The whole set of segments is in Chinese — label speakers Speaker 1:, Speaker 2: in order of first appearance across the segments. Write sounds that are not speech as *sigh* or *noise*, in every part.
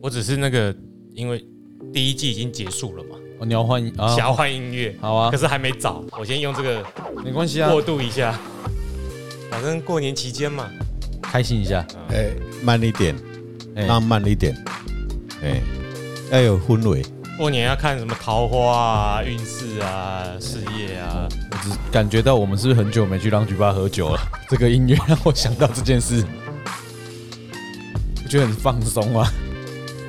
Speaker 1: 我只是那个，因为第一季已经结束了嘛，
Speaker 2: 哦，你要换啊
Speaker 1: 想？要换音乐，
Speaker 2: 好啊
Speaker 1: 可，是还没找，我先用这个
Speaker 2: 没关系啊，
Speaker 1: 过渡一下。反正过年期间嘛，
Speaker 2: 开心一下。
Speaker 3: 哎，慢一点，
Speaker 2: 哎
Speaker 3: 浪漫一点，哎，要有氛围。
Speaker 1: 过年要看什么桃花啊、运势啊、事业啊。
Speaker 2: 我只感觉到我们是不是很久没去浪菊吧喝酒了？ *laughs* 这个音乐让我想到这件事，我觉得很放松啊，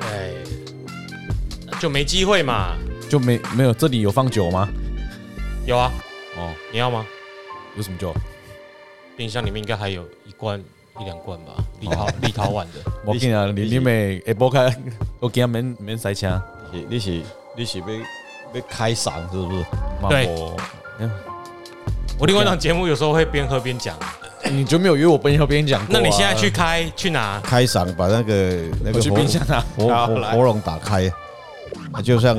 Speaker 1: 哎，就没机会嘛。
Speaker 2: 就没没有这里有放酒吗？
Speaker 1: 有啊，
Speaker 2: 哦，
Speaker 1: 你要吗？
Speaker 2: 有什么酒？
Speaker 1: 冰箱里面应该还有一罐一两罐吧，立陶
Speaker 2: 哦
Speaker 1: *laughs* 立陶宛的。
Speaker 2: 我跟你讲，你你每下波开，我今免免塞车，啊
Speaker 3: 你你是你是被被开嗓是不是？
Speaker 2: 妈
Speaker 1: 对
Speaker 2: 我
Speaker 1: 我另外一档节目有时候会边喝边讲，
Speaker 2: 你就没有约我边喝边讲过啊？
Speaker 1: 那你现在去开去拿，
Speaker 3: 开嗓把那个那
Speaker 2: 我
Speaker 3: 个
Speaker 2: 去
Speaker 3: 喉
Speaker 2: 冰箱
Speaker 1: 啊
Speaker 2: 拿，
Speaker 3: 喉
Speaker 2: 拿
Speaker 3: 喉
Speaker 2: 来
Speaker 3: 喉咙打开，啊就像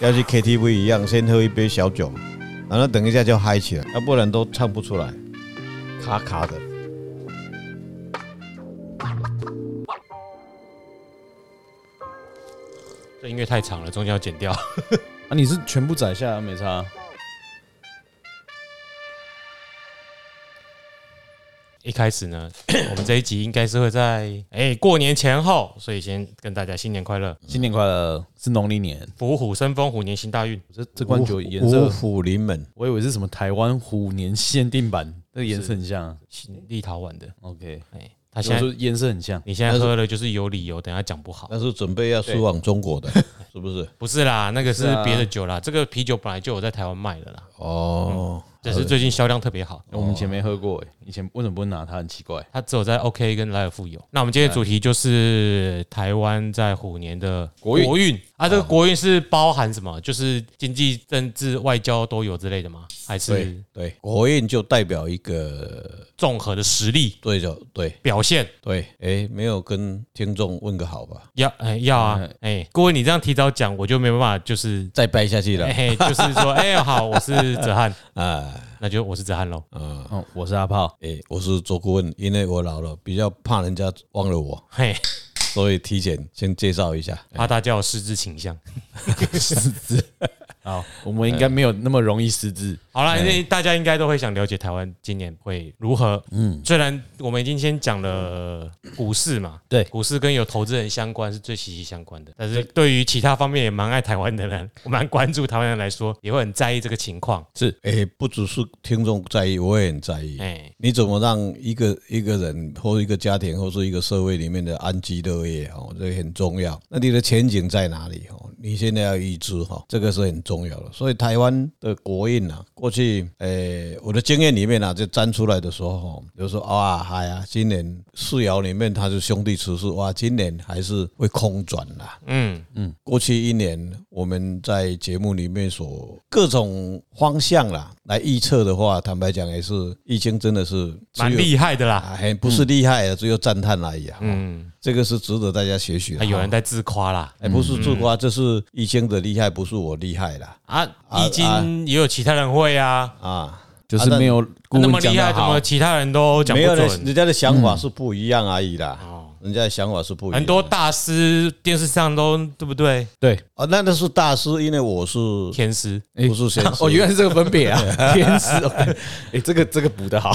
Speaker 3: 要去 KTV 一样，先喝一杯小酒，然后等一下就嗨起来，要、啊不然都唱不出来，卡卡的。
Speaker 1: 这音乐太长了，中间要剪掉。
Speaker 2: 啊，你是全部宰下来没差啊？
Speaker 1: 一开始呢， *clears throat* 我们这一集应该是会在哎过年前后，所以先跟大家新年快乐，
Speaker 2: 新年快乐，是农历年，
Speaker 1: 虎虎生风，虎年行大运。
Speaker 2: 这这罐
Speaker 1: 哦
Speaker 2: 酒颜
Speaker 3: 五
Speaker 2: 色，
Speaker 3: 虎临门，
Speaker 2: 我以为是什么台湾虎年限定版，那个颜色很像啊。
Speaker 1: 立陶宛的，
Speaker 2: OK，
Speaker 1: 哎，他
Speaker 2: 他
Speaker 1: 现
Speaker 2: 现在
Speaker 1: 在哦
Speaker 2: 颜色很像，
Speaker 1: 你现在喝了就是有理由，等下讲不好。
Speaker 3: 那是准备要输往中 *laughs* 国的，是不是？
Speaker 1: 不是啦，那个是
Speaker 2: 是啊
Speaker 1: 别的酒啦，这个啤酒本来就有在台湾卖的啦，
Speaker 3: 哦，
Speaker 1: 只是最近销量特别好。
Speaker 2: 我们以前没喝过、欸，以前为什么不能拿它？很奇怪。
Speaker 1: 它只有在 OK 跟莱尔富有。那我们今天的主题就是台湾在虎年的
Speaker 2: 国运
Speaker 1: 啊，这个国运是包含什么？就是经济、政治、外交都有之类的吗？还
Speaker 3: 对
Speaker 1: 是
Speaker 3: 对，国运就代表一个
Speaker 1: 综合的实力
Speaker 3: 对的，对
Speaker 1: 表现？
Speaker 3: 对，哎，没有跟听众问个好吧？
Speaker 1: 要哎、要啊哎，各位你这样提早讲，我就没办法，就是
Speaker 3: 再掰下去了
Speaker 1: 哎、嘿就是说哎、好，我是哲翰，
Speaker 3: 啊
Speaker 1: 那就我是哲翰喽。
Speaker 3: 啊！
Speaker 2: 嗯，我是
Speaker 1: *laughs*
Speaker 2: 阿炮，
Speaker 3: 哎、我是做顾问，因为我老了，比较怕人家忘了我，
Speaker 1: 嘿，
Speaker 3: 所以提前先介绍一下。
Speaker 1: 怕大家有失智倾向。
Speaker 2: 好，我们应该没有那么容易失智。
Speaker 1: 好了，因为大家应该都会想了解台湾今年会如何。嗯，虽然我们已经先讲了股市嘛，
Speaker 2: 对
Speaker 1: 股市跟有投资人相关是最息息相关的，但是对于其他方面也蛮爱台湾的人，蛮关注台湾人来说，也会很在意这个情况。
Speaker 3: 哎、不只是听众在意，我也很在意。
Speaker 1: 哎，
Speaker 3: 你怎么让一个一个人或一个家庭或是一个社会里面的安居乐业哦，这个很重要。那你的前景在哪里哦？你现在要预知哈，这个是很重要的。所以台湾的国运啊，过去诶、我的经验里面啊，就站出来的时候哦，就说哇嗨呀、今年四爻里面它是兄弟辞世，哇，今年还是会空转啦、
Speaker 1: 嗯，
Speaker 3: 过去一年我们在节目里面所各种方向啦来预测的话，坦白讲也是易经真的是只有
Speaker 1: 蛮厉害的啦。
Speaker 3: 啊，还不是厉害啊，只有赞叹而已啊。
Speaker 1: 嗯，
Speaker 3: 这个是值得大家学习
Speaker 1: 啊
Speaker 3: 的。
Speaker 1: 有人在嗯自夸啦。
Speaker 3: 哎，不是自夸，这是易经的厉害，不是我厉害啦
Speaker 1: 啊，易经也有其他人会啊，
Speaker 3: 啊，
Speaker 2: 就是没有顾
Speaker 1: 那
Speaker 2: 问
Speaker 1: 么
Speaker 2: 讲
Speaker 1: 厉害，
Speaker 2: 的
Speaker 1: 怎
Speaker 2: 好
Speaker 1: 么，其他人都讲
Speaker 3: 没
Speaker 1: 不
Speaker 3: 有人
Speaker 1: 准？嗯
Speaker 3: 人家的想法是不一样而已啦。
Speaker 1: 哦，
Speaker 3: 人家的想法是不一样，
Speaker 1: 很多大师电视上都对不对？ *laughs*
Speaker 2: 对，
Speaker 3: 啊，那那是大师，因为我是
Speaker 1: 天哎师，
Speaker 3: 不是先
Speaker 2: 哦，原来是这个分别啊， *laughs* 天
Speaker 1: *laughs*
Speaker 2: 使，哎、这个这个补的好，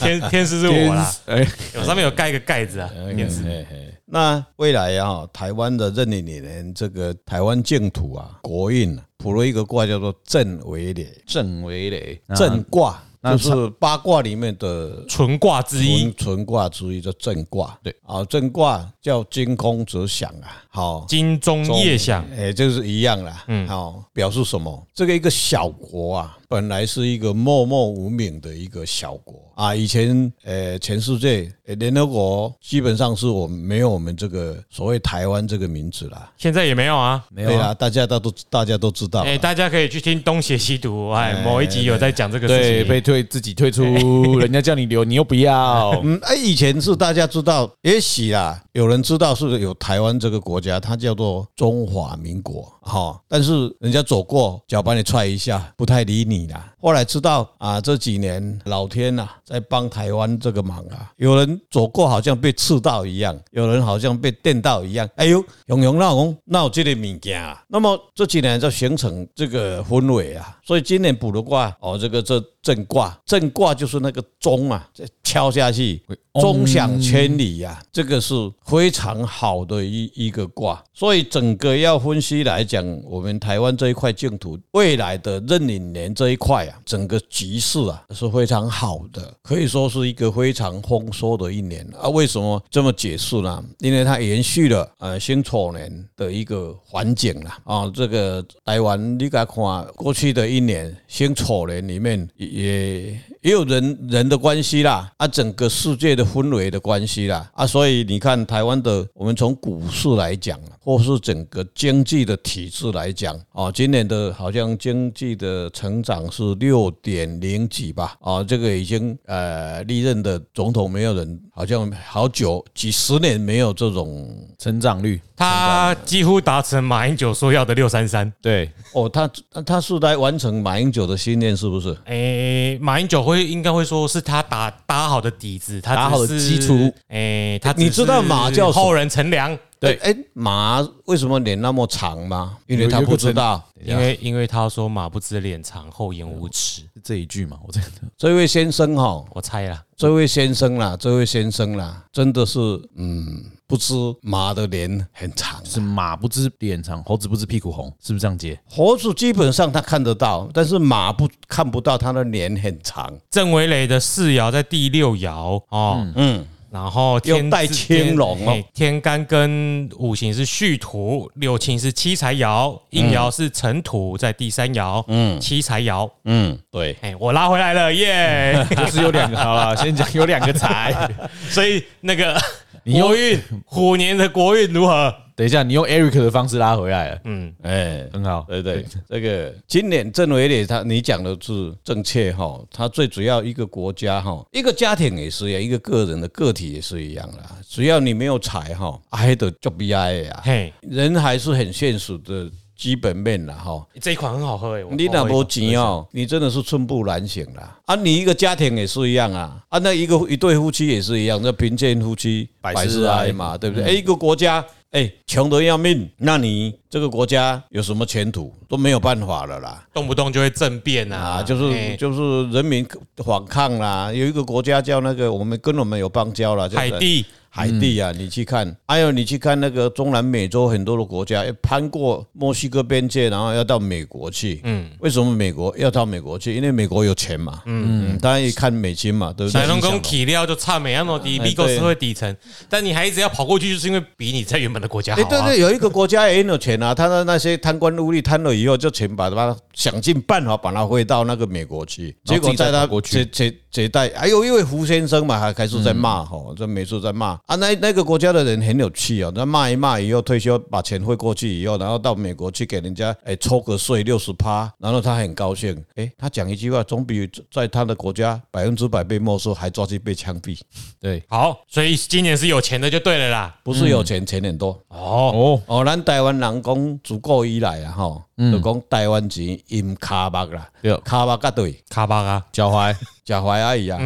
Speaker 1: 天天师是
Speaker 2: 天
Speaker 1: 我啦。
Speaker 2: 使，哎、
Speaker 1: 有上面有盖一个盖子啊，电视
Speaker 3: 嘿嘿那未来啊，台湾的壬寅年这个台湾净土啊，国运啊，卜了一个卦叫做震为雷，
Speaker 2: 郑维雷，
Speaker 3: 震卦
Speaker 2: 那
Speaker 3: 就是八卦里面的
Speaker 1: 纯卦之一
Speaker 3: 纯，纯卦之一，叫震卦。
Speaker 2: 对
Speaker 3: 啊，震卦叫惊弓则响啊，好。
Speaker 1: 金钟夜响，
Speaker 3: 哎、就是一样啦。嗯，好，表示什么？这个一个小国啊，本来是一个默默无名的一个小国啊。以前，呃，全世界呃联合国基本上是我们没有我们这个所谓台湾这个名字啦。
Speaker 1: 现在也没有啊。
Speaker 2: 没有
Speaker 3: 对
Speaker 2: 啊，
Speaker 3: 啊，大家都都大家都知道啦。啊
Speaker 1: 哎，大家可以去听《东邪西毒》，哎，某一集有在讲这个
Speaker 2: 哎对，
Speaker 1: 事情。哎
Speaker 2: 被退自 *laughs* 己退出，人家叫你留，你又不要，
Speaker 1: *laughs*
Speaker 3: 嗯，哎，以前是大家知道，也许啊，有人知道是有台湾这个国家，它叫做中华民国哈、但是人家走过脚把你踹一下，不太理你啦。后来知道啊，这几年老天呐、在帮台湾这个忙啊，有人走过好像被刺到一样，有人好像被电到一样。哎呦，熊熊闹红闹这类物件啊，那么这几年就形成这个氛围啊，所以今年卜的卦哦，这个这震卦，震卦就是那个钟啊，这敲下去，钟响千里呀、这个是非常好的一一个卦。所以整个要分析来讲，我们台湾这一块净土未来的壬寅年这一块啊，整个局势啊是非常好的，可以说是一个非常丰收的一年啊。为什么这么解释呢？因为它延续了呃辛丑年的一个环境啦啊，这个台湾你敢看过去的一年辛丑年里面也也有人人的关系啦，啊，整个世界的氛围的关系啦，啊，所以你看台湾的，我们从股市来讲，啊或是整个经济的体制来讲，啊，今年的好像经济的成长是六点零几吧，啊，这个已经呃历任的总统没有人，好像好久几十年没有这种
Speaker 2: 成长率
Speaker 1: 他几乎达成马英九说要的六三三。
Speaker 2: 对，
Speaker 3: 哦，他他是来完成马英九的心愿是不是？
Speaker 1: 诶、马英九会应该会说是他打打好的底子，他
Speaker 2: 打好的
Speaker 1: 只是
Speaker 2: 基础。
Speaker 1: 诶、他只
Speaker 3: 你
Speaker 1: 是
Speaker 3: 知道马叫什么
Speaker 1: 后人乘凉，
Speaker 2: 对
Speaker 3: 哎，马为什么脸那么长吗？因为他
Speaker 2: 有一个
Speaker 3: 不知道。
Speaker 1: 因为因为他说马不知脸长，厚颜无
Speaker 3: 嗯
Speaker 1: 耻。
Speaker 2: 是这一句嘛？我这
Speaker 3: 这位先生哈、
Speaker 1: 我猜啦，
Speaker 3: 这位先生啦，这位先生啦，真的是，嗯，不知马的脸很长啊。
Speaker 2: 是马不知脸长，猴子不知屁股红，是不是这样接？
Speaker 3: 猴子基本上他看得到，但是马不看不到，他的脸很长。
Speaker 1: 郑维磊的四爻在第六爻哦，
Speaker 3: 嗯，
Speaker 1: 然后
Speaker 3: 又
Speaker 1: 天
Speaker 3: 带青龙哦
Speaker 1: 嘿天干跟五行是戌土，六亲是七财爻，应爻是辰土，在第三爻，嗯，七财爻，
Speaker 3: 嗯，对，
Speaker 1: 哎，我拉回来了耶！
Speaker 3: *laughs*
Speaker 2: *laughs* 就是有两个好了，先讲有两个财。
Speaker 1: 所以那 *laughs* 个
Speaker 2: 你又
Speaker 1: 国运虎年的国运如何？
Speaker 2: 等一下，你用 Eric 的方式拉回来了，
Speaker 1: 嗯，
Speaker 3: 哎，
Speaker 2: 很好。
Speaker 3: 对 *laughs* 对，这个今年郑伟磊他你讲的是正确哈，他最主要一个国家哈，一个家庭也是一样，一个个人的个体也是一样啦。只要你没有财哈，挨的就悲哀呀。
Speaker 1: 嘿，
Speaker 3: 人还是很现实的基本面啦哈。
Speaker 1: 这一款很好喝哎，我
Speaker 3: 你若无钱哦，你真的是寸步难行啦。啊，你一个家庭也是一样啊，啊，那一个一对夫妻也是一样，那贫贱夫妻
Speaker 2: 百
Speaker 3: 百
Speaker 2: 事
Speaker 3: 事
Speaker 2: 哀
Speaker 3: 哀嘛，对不对？哎，一个国家。哎，穷得要命，那你这个国家有什么前途都没有办法了啦！
Speaker 1: 动不动就会政变
Speaker 3: 啊，
Speaker 1: 啊，
Speaker 3: 就是
Speaker 1: 嘿
Speaker 3: 就是人民反抗啦，有一个国家叫那个我们跟我们有邦交啦，就是
Speaker 1: 海地
Speaker 3: 海地啊，你去看，还有你去看那个中南美洲很多的国家，要哎攀过墨西哥边界，然后要到美国去。嗯，为什么美国要到美国去？因为美国有钱嘛。嗯嗯，当然也看美金嘛，对不对
Speaker 1: 台？龙宫体料就差美那么低，
Speaker 3: 哎
Speaker 1: 美国
Speaker 3: 对
Speaker 1: 社会底层，但你还一直要跑过去，就是因为比你在原本的国家好
Speaker 3: 哎，对
Speaker 1: 啊。
Speaker 3: 对，有一个国家也很有钱啊，他的那些贪官污吏贪了以后，就全把他想尽办法把他汇到那个美国去，
Speaker 2: 然后自
Speaker 3: 结果
Speaker 2: 己再
Speaker 3: 在
Speaker 2: 跑
Speaker 3: 他
Speaker 2: 过去
Speaker 3: 这这这一代，还有一位胡先生嘛，还还是在
Speaker 2: 嗯
Speaker 3: 骂吼，这每次在骂啊，那那个国家的人很有趣哦，那骂一骂以后退休，把钱汇过去以后，然后到美国去给人家哎抽个税六十趴，然后他很高兴，哎，他讲一句话，总比在他的国家百分之百被没收，还抓去被枪毙，
Speaker 2: 对，
Speaker 1: 好，所以今年是有钱的就对了啦。
Speaker 3: 不是有钱，钱很多。
Speaker 1: 哦，
Speaker 2: 哦，
Speaker 3: 哦，咱台湾人讲自古以来啊，吼，就讲台湾钱印卡目啦，
Speaker 2: 对
Speaker 3: 卡目甲对，
Speaker 1: 卡巴嗯啊，
Speaker 3: 脚踝脚踝阿姨啊，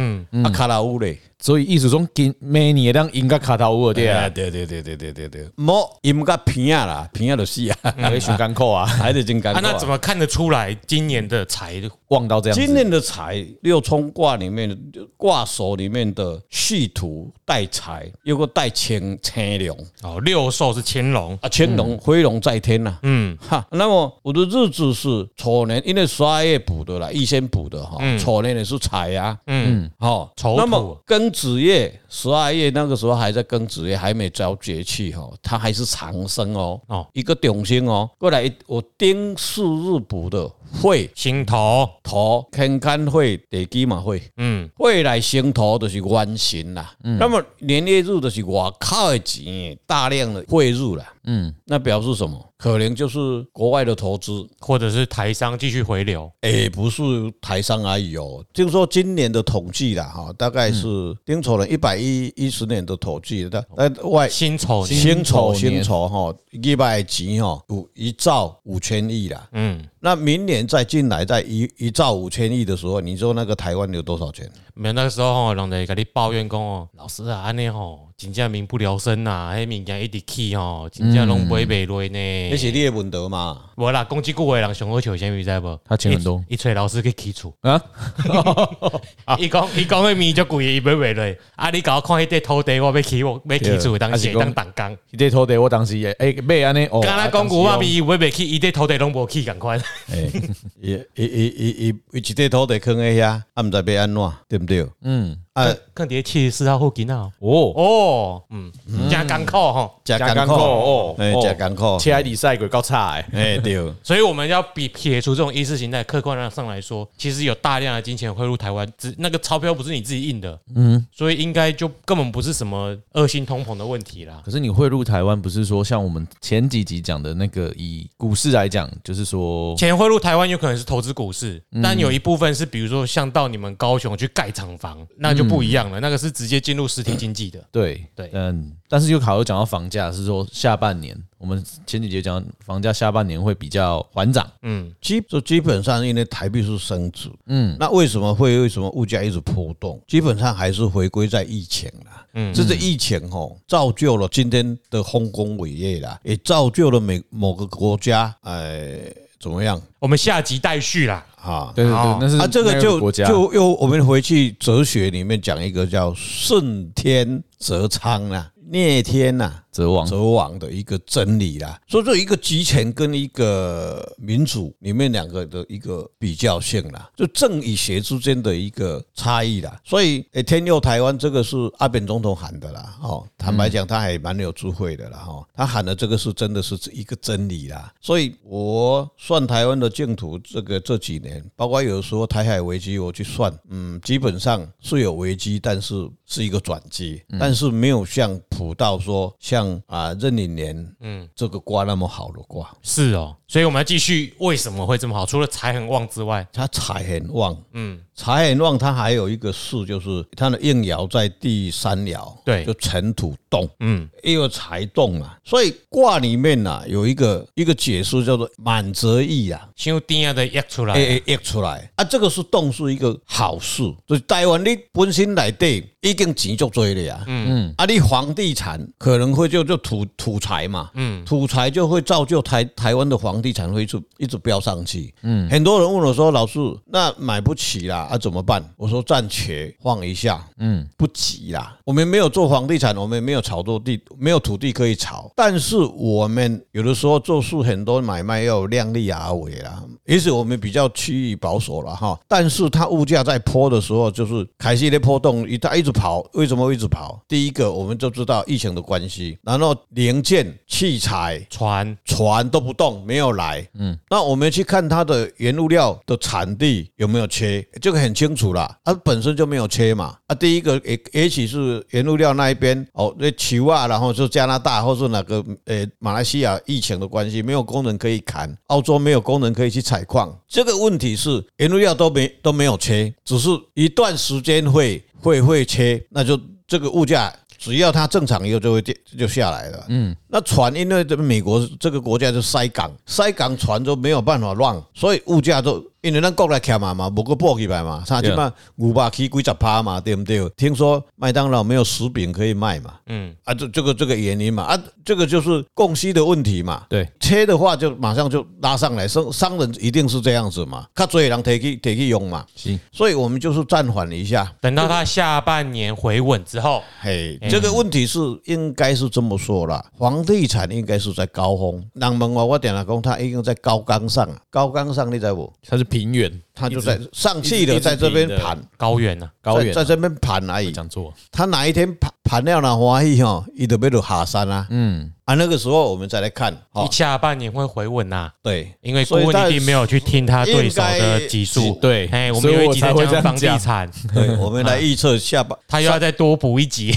Speaker 3: 啊卡拉乌嘞，
Speaker 2: 所以艺术中给每年当应该卡到乌尔对啊，
Speaker 3: 哎对对对对对
Speaker 2: *laughs*
Speaker 3: 对对，莫印甲片啊啦，片啊就死啊， *laughs*
Speaker 2: 还会选干扣啊，
Speaker 3: 还得真艰苦
Speaker 1: 啊，
Speaker 3: 啊。
Speaker 1: 那怎么看得出来今年的财
Speaker 2: 望到这样
Speaker 3: 今
Speaker 2: 子，
Speaker 3: 年的财六冲卦里面的卦手里面的续图带财，又个带青青龙
Speaker 1: 哦，六兽是青龙，
Speaker 3: 啊，青龙飞龙在天啊呐、
Speaker 1: 嗯，
Speaker 3: 哈，那么我的日子是丑年，因为十二月补的啦，预先补的哈。丑年也是财啊，嗯，好，
Speaker 1: 丑土
Speaker 3: 那么庚子月，十二月那个时候还在庚子月，还没遭节气哈，它还是长生哦，
Speaker 1: 哦
Speaker 3: 哦，一个鼎星哦。过来，我丁巳日补的会
Speaker 1: 心头，
Speaker 3: 头天干会地基嘛会，
Speaker 1: 嗯，
Speaker 3: 未来星头就是弯形啦。那么年月日就是外靠的钱大量的汇入啦。嗯，那表示什么？可能就是国外的投资，
Speaker 1: 或者是台商继续回流，
Speaker 3: 诶，不是台商而已哦。听说今年的统计啦，哈，大概是丁丑年一百一一十年的统计，但但外
Speaker 1: 辛丑年，
Speaker 3: 辛
Speaker 2: 辛丑
Speaker 3: 丑辛
Speaker 2: 年
Speaker 3: 丑哈，一百钱哈，五一兆五千亿啦。
Speaker 1: 嗯，
Speaker 3: 那明年再进来，在一一兆五千亿的时候，你说那个台湾有多少钱？
Speaker 1: 没有那个时候吼，人家跟你抱怨讲哦，老师啊，安尼吼，真正民不聊生呐，迄物件一直起吼，真正拢买袂落呢。
Speaker 2: 嗯
Speaker 3: 那是你的问题嘛？
Speaker 1: 无啦，讲即句话的人上好笑，啥物知无？
Speaker 2: 他钱很多
Speaker 1: 伊伊找老师去起厝
Speaker 2: 啊
Speaker 1: 啊！伊讲伊讲迄物足贵，伊买袂落。啊，你甲我看迄块土地，我要起我要起厝，当时当当工。
Speaker 2: 这土地我当时也哎买安尼哦，
Speaker 1: 敢若讲
Speaker 2: 当时
Speaker 1: 牛肉
Speaker 2: 哦
Speaker 1: 面，伊买袂起，伊块土地拢无起共款。 *laughs*
Speaker 3: 诶，伊伊伊伊伊一块土地坑在遐，啊，毋知要安怎，对不对？
Speaker 2: 嗯
Speaker 3: 啊，
Speaker 1: 更伫七十四号附近啊！
Speaker 2: 哦，
Speaker 1: 哦，嗯，真艰苦吼。
Speaker 3: 真
Speaker 2: 真
Speaker 3: 艰
Speaker 2: 艰
Speaker 3: 苦
Speaker 2: 苦哦
Speaker 3: 诶，
Speaker 2: 哦
Speaker 3: 真艰苦，
Speaker 2: 车里赛鬼够差诶，
Speaker 3: 诶，对。
Speaker 1: 所以我们要比撇除这种意识形态，客观上来说，其实有大量的金钱汇入台湾，只那个钞票不是你自己印的，嗯，所以应该就根本不是什么恶性通膨的问题啦。
Speaker 2: 可是你汇入台湾，不是说像我们前几集讲的那个，以股市来讲，就是说
Speaker 1: 钱汇入台湾有可能是投资股市，但有一部分是比如说像到你们高雄去盖厂房，那就不一样了，那个是直接进入实体经济的。
Speaker 2: 对
Speaker 1: 对
Speaker 2: 嗯，但是又考又讲到房价，是说下半年，我们前几节讲房价下半年会比较缓涨，
Speaker 1: 嗯，
Speaker 3: 基就基本上因为台币是升值，
Speaker 2: 嗯
Speaker 3: 嗯，那为什么会为什么物价一直波动？基本上还是回归在疫情啦，嗯，这是疫情吼、造就了今天的丰功伟业啦，也造就了每某个国家，呃，怎么样
Speaker 1: 我们下集待续啦。
Speaker 3: 啊？
Speaker 2: 对对对
Speaker 1: 好，
Speaker 2: 那是
Speaker 3: 啊，这
Speaker 2: 那
Speaker 3: 个就
Speaker 2: 国家
Speaker 3: 就又我们回去哲学里面讲一个叫顺天则昌啦，逆天呐、啊
Speaker 2: 则亡，
Speaker 3: 则亡的一个真理啦。所以说，一个集权跟一个民主里面两个的一个比较性啦，就正与邪之间的一个差异啦。所以，诶，天佑台湾这个是阿扁总统喊的啦，哦，坦白讲，他还蛮有智慧的啦，哦，他喊的这个是真的是一个真理啦。所以我算台湾的净土，这个这几年，包括有时候台海危机，我去算，嗯，基本上是有危机，但是是一个转机，但是没有像普到说像啊壬寅年，嗯，这个卦那么好的卦，
Speaker 1: 是哦，所以我们要继续为什么会这么好？除了财很旺之外，
Speaker 3: 它财很旺，
Speaker 1: 嗯，
Speaker 3: 财很旺，它还有一个事就是它的应爻在第三爻，
Speaker 1: 对
Speaker 3: 就尘土动，
Speaker 1: 嗯，
Speaker 3: 因为财动嘛，所以卦里面呐、有一个一个解释叫做满则溢啊，
Speaker 1: 像甜的压出来，
Speaker 3: 诶诶，溢出来啊，这个是动是一个好事，就是台湾你本身内底已经钱足多了呀，嗯嗯，啊，你房地产可能会就就土土财嘛，嗯，土财就会造就台台湾的房地产会一直一直飙上去，嗯，很多人问我说，老师，那买不起啦，啊怎么办？我说暂且放一下，嗯，不急啦，我们没有做房地产，我们没有炒作地，没有土地可以炒，但是我们有的时候做事很多买卖要有量力而为啦，也许我们比较趋于保守了哈，但是它物价在波的时候，就是凯西的波动，它一直跑，为什么会一直跑？第一个我们就知道疫情的关系，然后零件、器材、
Speaker 1: 船
Speaker 3: 船都不动，没有来。嗯，那我们去看它的原物料的产地有没有缺，这个很清楚啦。它本身就没有缺嘛。啊，第一个也也许是原物料那一边哦，那球啊，然后是加拿大或是哪个呃马来西亚疫情的关系，没有工人可以砍，澳洲没有工人可以去采矿。这个问题是原物料都没都没有缺，只是一段时间会会会缺，那就这个物价。只要它正常以后就会跌就下来了。嗯，那船因为这个美国这个国家就塞港，塞港船就没有办法浪，所以物价都因为咱国内欠嘛嘛，无个报起来嘛，啥起码五百起几十趴嘛，对不对？听说麦当劳没有食饼可以卖嘛，嗯，啊这这个这个原因嘛，啊这个就是供需的问题嘛，
Speaker 2: 对，
Speaker 3: 切的话就马上就拉上来，商商人一定是这样子嘛，较多的人提去提去用嘛，
Speaker 2: 是，
Speaker 3: 所以我们就是暂缓一下，
Speaker 1: 等到它下半年回稳之后，
Speaker 3: 嘿，
Speaker 1: 嗯
Speaker 3: 这个问题是应该是这么说啦，房地产应该是在高峰。人问我，我点了讲，它已经在高岗上啊，高岗上你在不？
Speaker 2: 它是平原
Speaker 3: 它就在上去了，在这边盘，
Speaker 1: 高原啊，
Speaker 2: 高原
Speaker 3: 在在这边盘而已。
Speaker 2: 讲座，
Speaker 3: 它哪一天盘盘了呢？欢喜吼，伊就要落下山啊。嗯，啊，那个时候我们再来看，哦
Speaker 1: 一，下半年会回稳呐、
Speaker 3: 对，
Speaker 1: 因为顾
Speaker 3: 所以
Speaker 1: 问
Speaker 3: 大
Speaker 1: 一定没有去听他对手的集
Speaker 3: 应
Speaker 1: 数，
Speaker 2: 该对
Speaker 1: 哎，我
Speaker 2: 所
Speaker 1: 们
Speaker 2: 以
Speaker 1: 有一
Speaker 2: 我
Speaker 1: 集
Speaker 2: 才
Speaker 1: 在
Speaker 2: 会这
Speaker 1: 讲
Speaker 2: 样
Speaker 3: *laughs*
Speaker 1: 房地
Speaker 2: 讲
Speaker 1: *laughs* 产，
Speaker 3: 对，我们来预测下半
Speaker 1: 他又要再多补一集，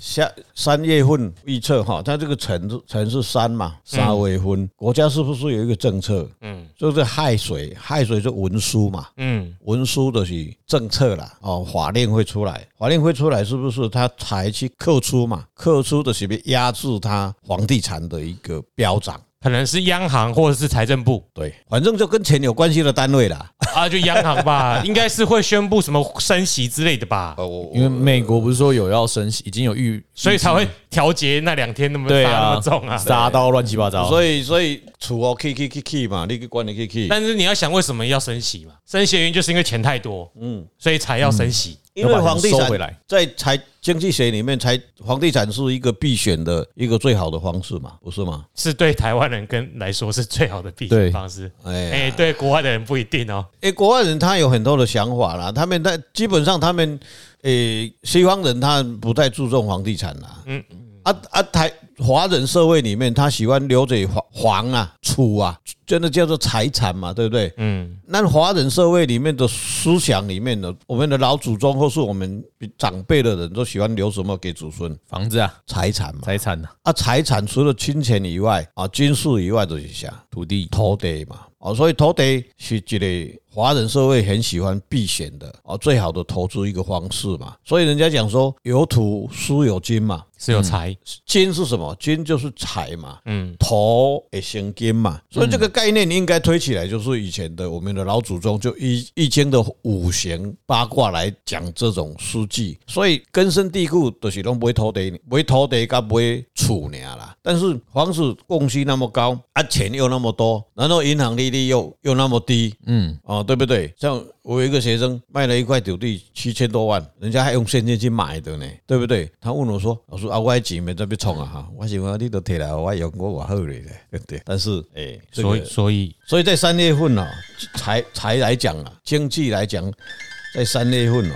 Speaker 3: 下三月份预测哈，它这个城城是山嘛，三月份、国家是不是有一个政策？嗯，就是亥水，亥水是文书嘛，
Speaker 1: 嗯，
Speaker 3: 文书就是政策啦，哦，法令会出来，法令会出来，是不是他才去扣出嘛？扣出的是被压制他房地产的一个飙涨。
Speaker 1: 可能是央行或者是财政部 *laughs*
Speaker 3: 对，反正就跟钱有关系的单位啦。
Speaker 1: 啊，就央行吧，应该是会宣布什么升息之类的吧，
Speaker 3: 呃，我
Speaker 2: 因为美国不是说有要升息，已经有预，
Speaker 1: *laughs* 所以才会调节那两天那么大
Speaker 2: 对
Speaker 1: 那
Speaker 2: 啊
Speaker 1: 么重啊。
Speaker 2: 杀到乱七八糟，
Speaker 3: 所以所以厝哦，K K K K 嘛，你去管你 K K。
Speaker 1: 但是你要想，为什么要升息嘛？升息的原因就是因为钱太多，嗯，所以才要升息。
Speaker 3: 因为
Speaker 2: 要把
Speaker 3: 房
Speaker 2: 钱
Speaker 3: 地
Speaker 2: 收
Speaker 3: 产
Speaker 2: 回来
Speaker 3: 在财经济学里面，财房地产是一个避险的一个最好的方式嘛，不是吗？
Speaker 1: 是对台湾人跟来说是最好的避
Speaker 2: 对
Speaker 1: 险方式。
Speaker 3: 哎呀
Speaker 1: 哎、对国外的人不一定哦。
Speaker 3: 诶，国外人他有很多的想法啦，他们在基本上他们诶、西方人他不太注重房地产啦，嗯啊啊台华人社会里面他喜欢留着房房啊、厝啊，真的叫做财产嘛，对不对？
Speaker 1: 嗯，
Speaker 3: 那华人社会里面的思想里面呢，我们的老祖宗或是我们长辈的人都喜欢留什么给子孙？
Speaker 2: 房子啊，
Speaker 3: 财产嘛。
Speaker 2: 财产啊，
Speaker 3: 啊，财产除了金钱以外啊，军事以外就是啥
Speaker 2: 土地，
Speaker 3: 土地嘛。哦，所以土地是一个华人社会很喜欢避险的哦，最好的投资一个方式嘛。所以人家讲说有土书有金嘛，
Speaker 1: 是有财。
Speaker 3: 金是什么？金就是财嘛，
Speaker 1: 嗯，
Speaker 3: 土也生金嘛。所以这个概念应该推起来，就是以前的我们的老祖宗就易易经的五行八卦来讲这种书记，所以根深蒂固就是拢不会土地，不会土地甲不会厝尔啦。但是房子供需那么高，啊钱又那么多，然后银行利率又又那么低，
Speaker 2: 嗯，
Speaker 3: 哦，对不对？像我有一个学生卖了一块土地七千多万，人家还用现金去买的呢，对不对？他问我说：“老师啊，我的钱没在被冲啊哈，我想讲你都提来，我用我我好嘞， *laughs* 对不对？”但是哎、这个
Speaker 1: 所以，所以
Speaker 3: 所以在三月份哦，财财来讲啊，经济来讲，在三月份哦，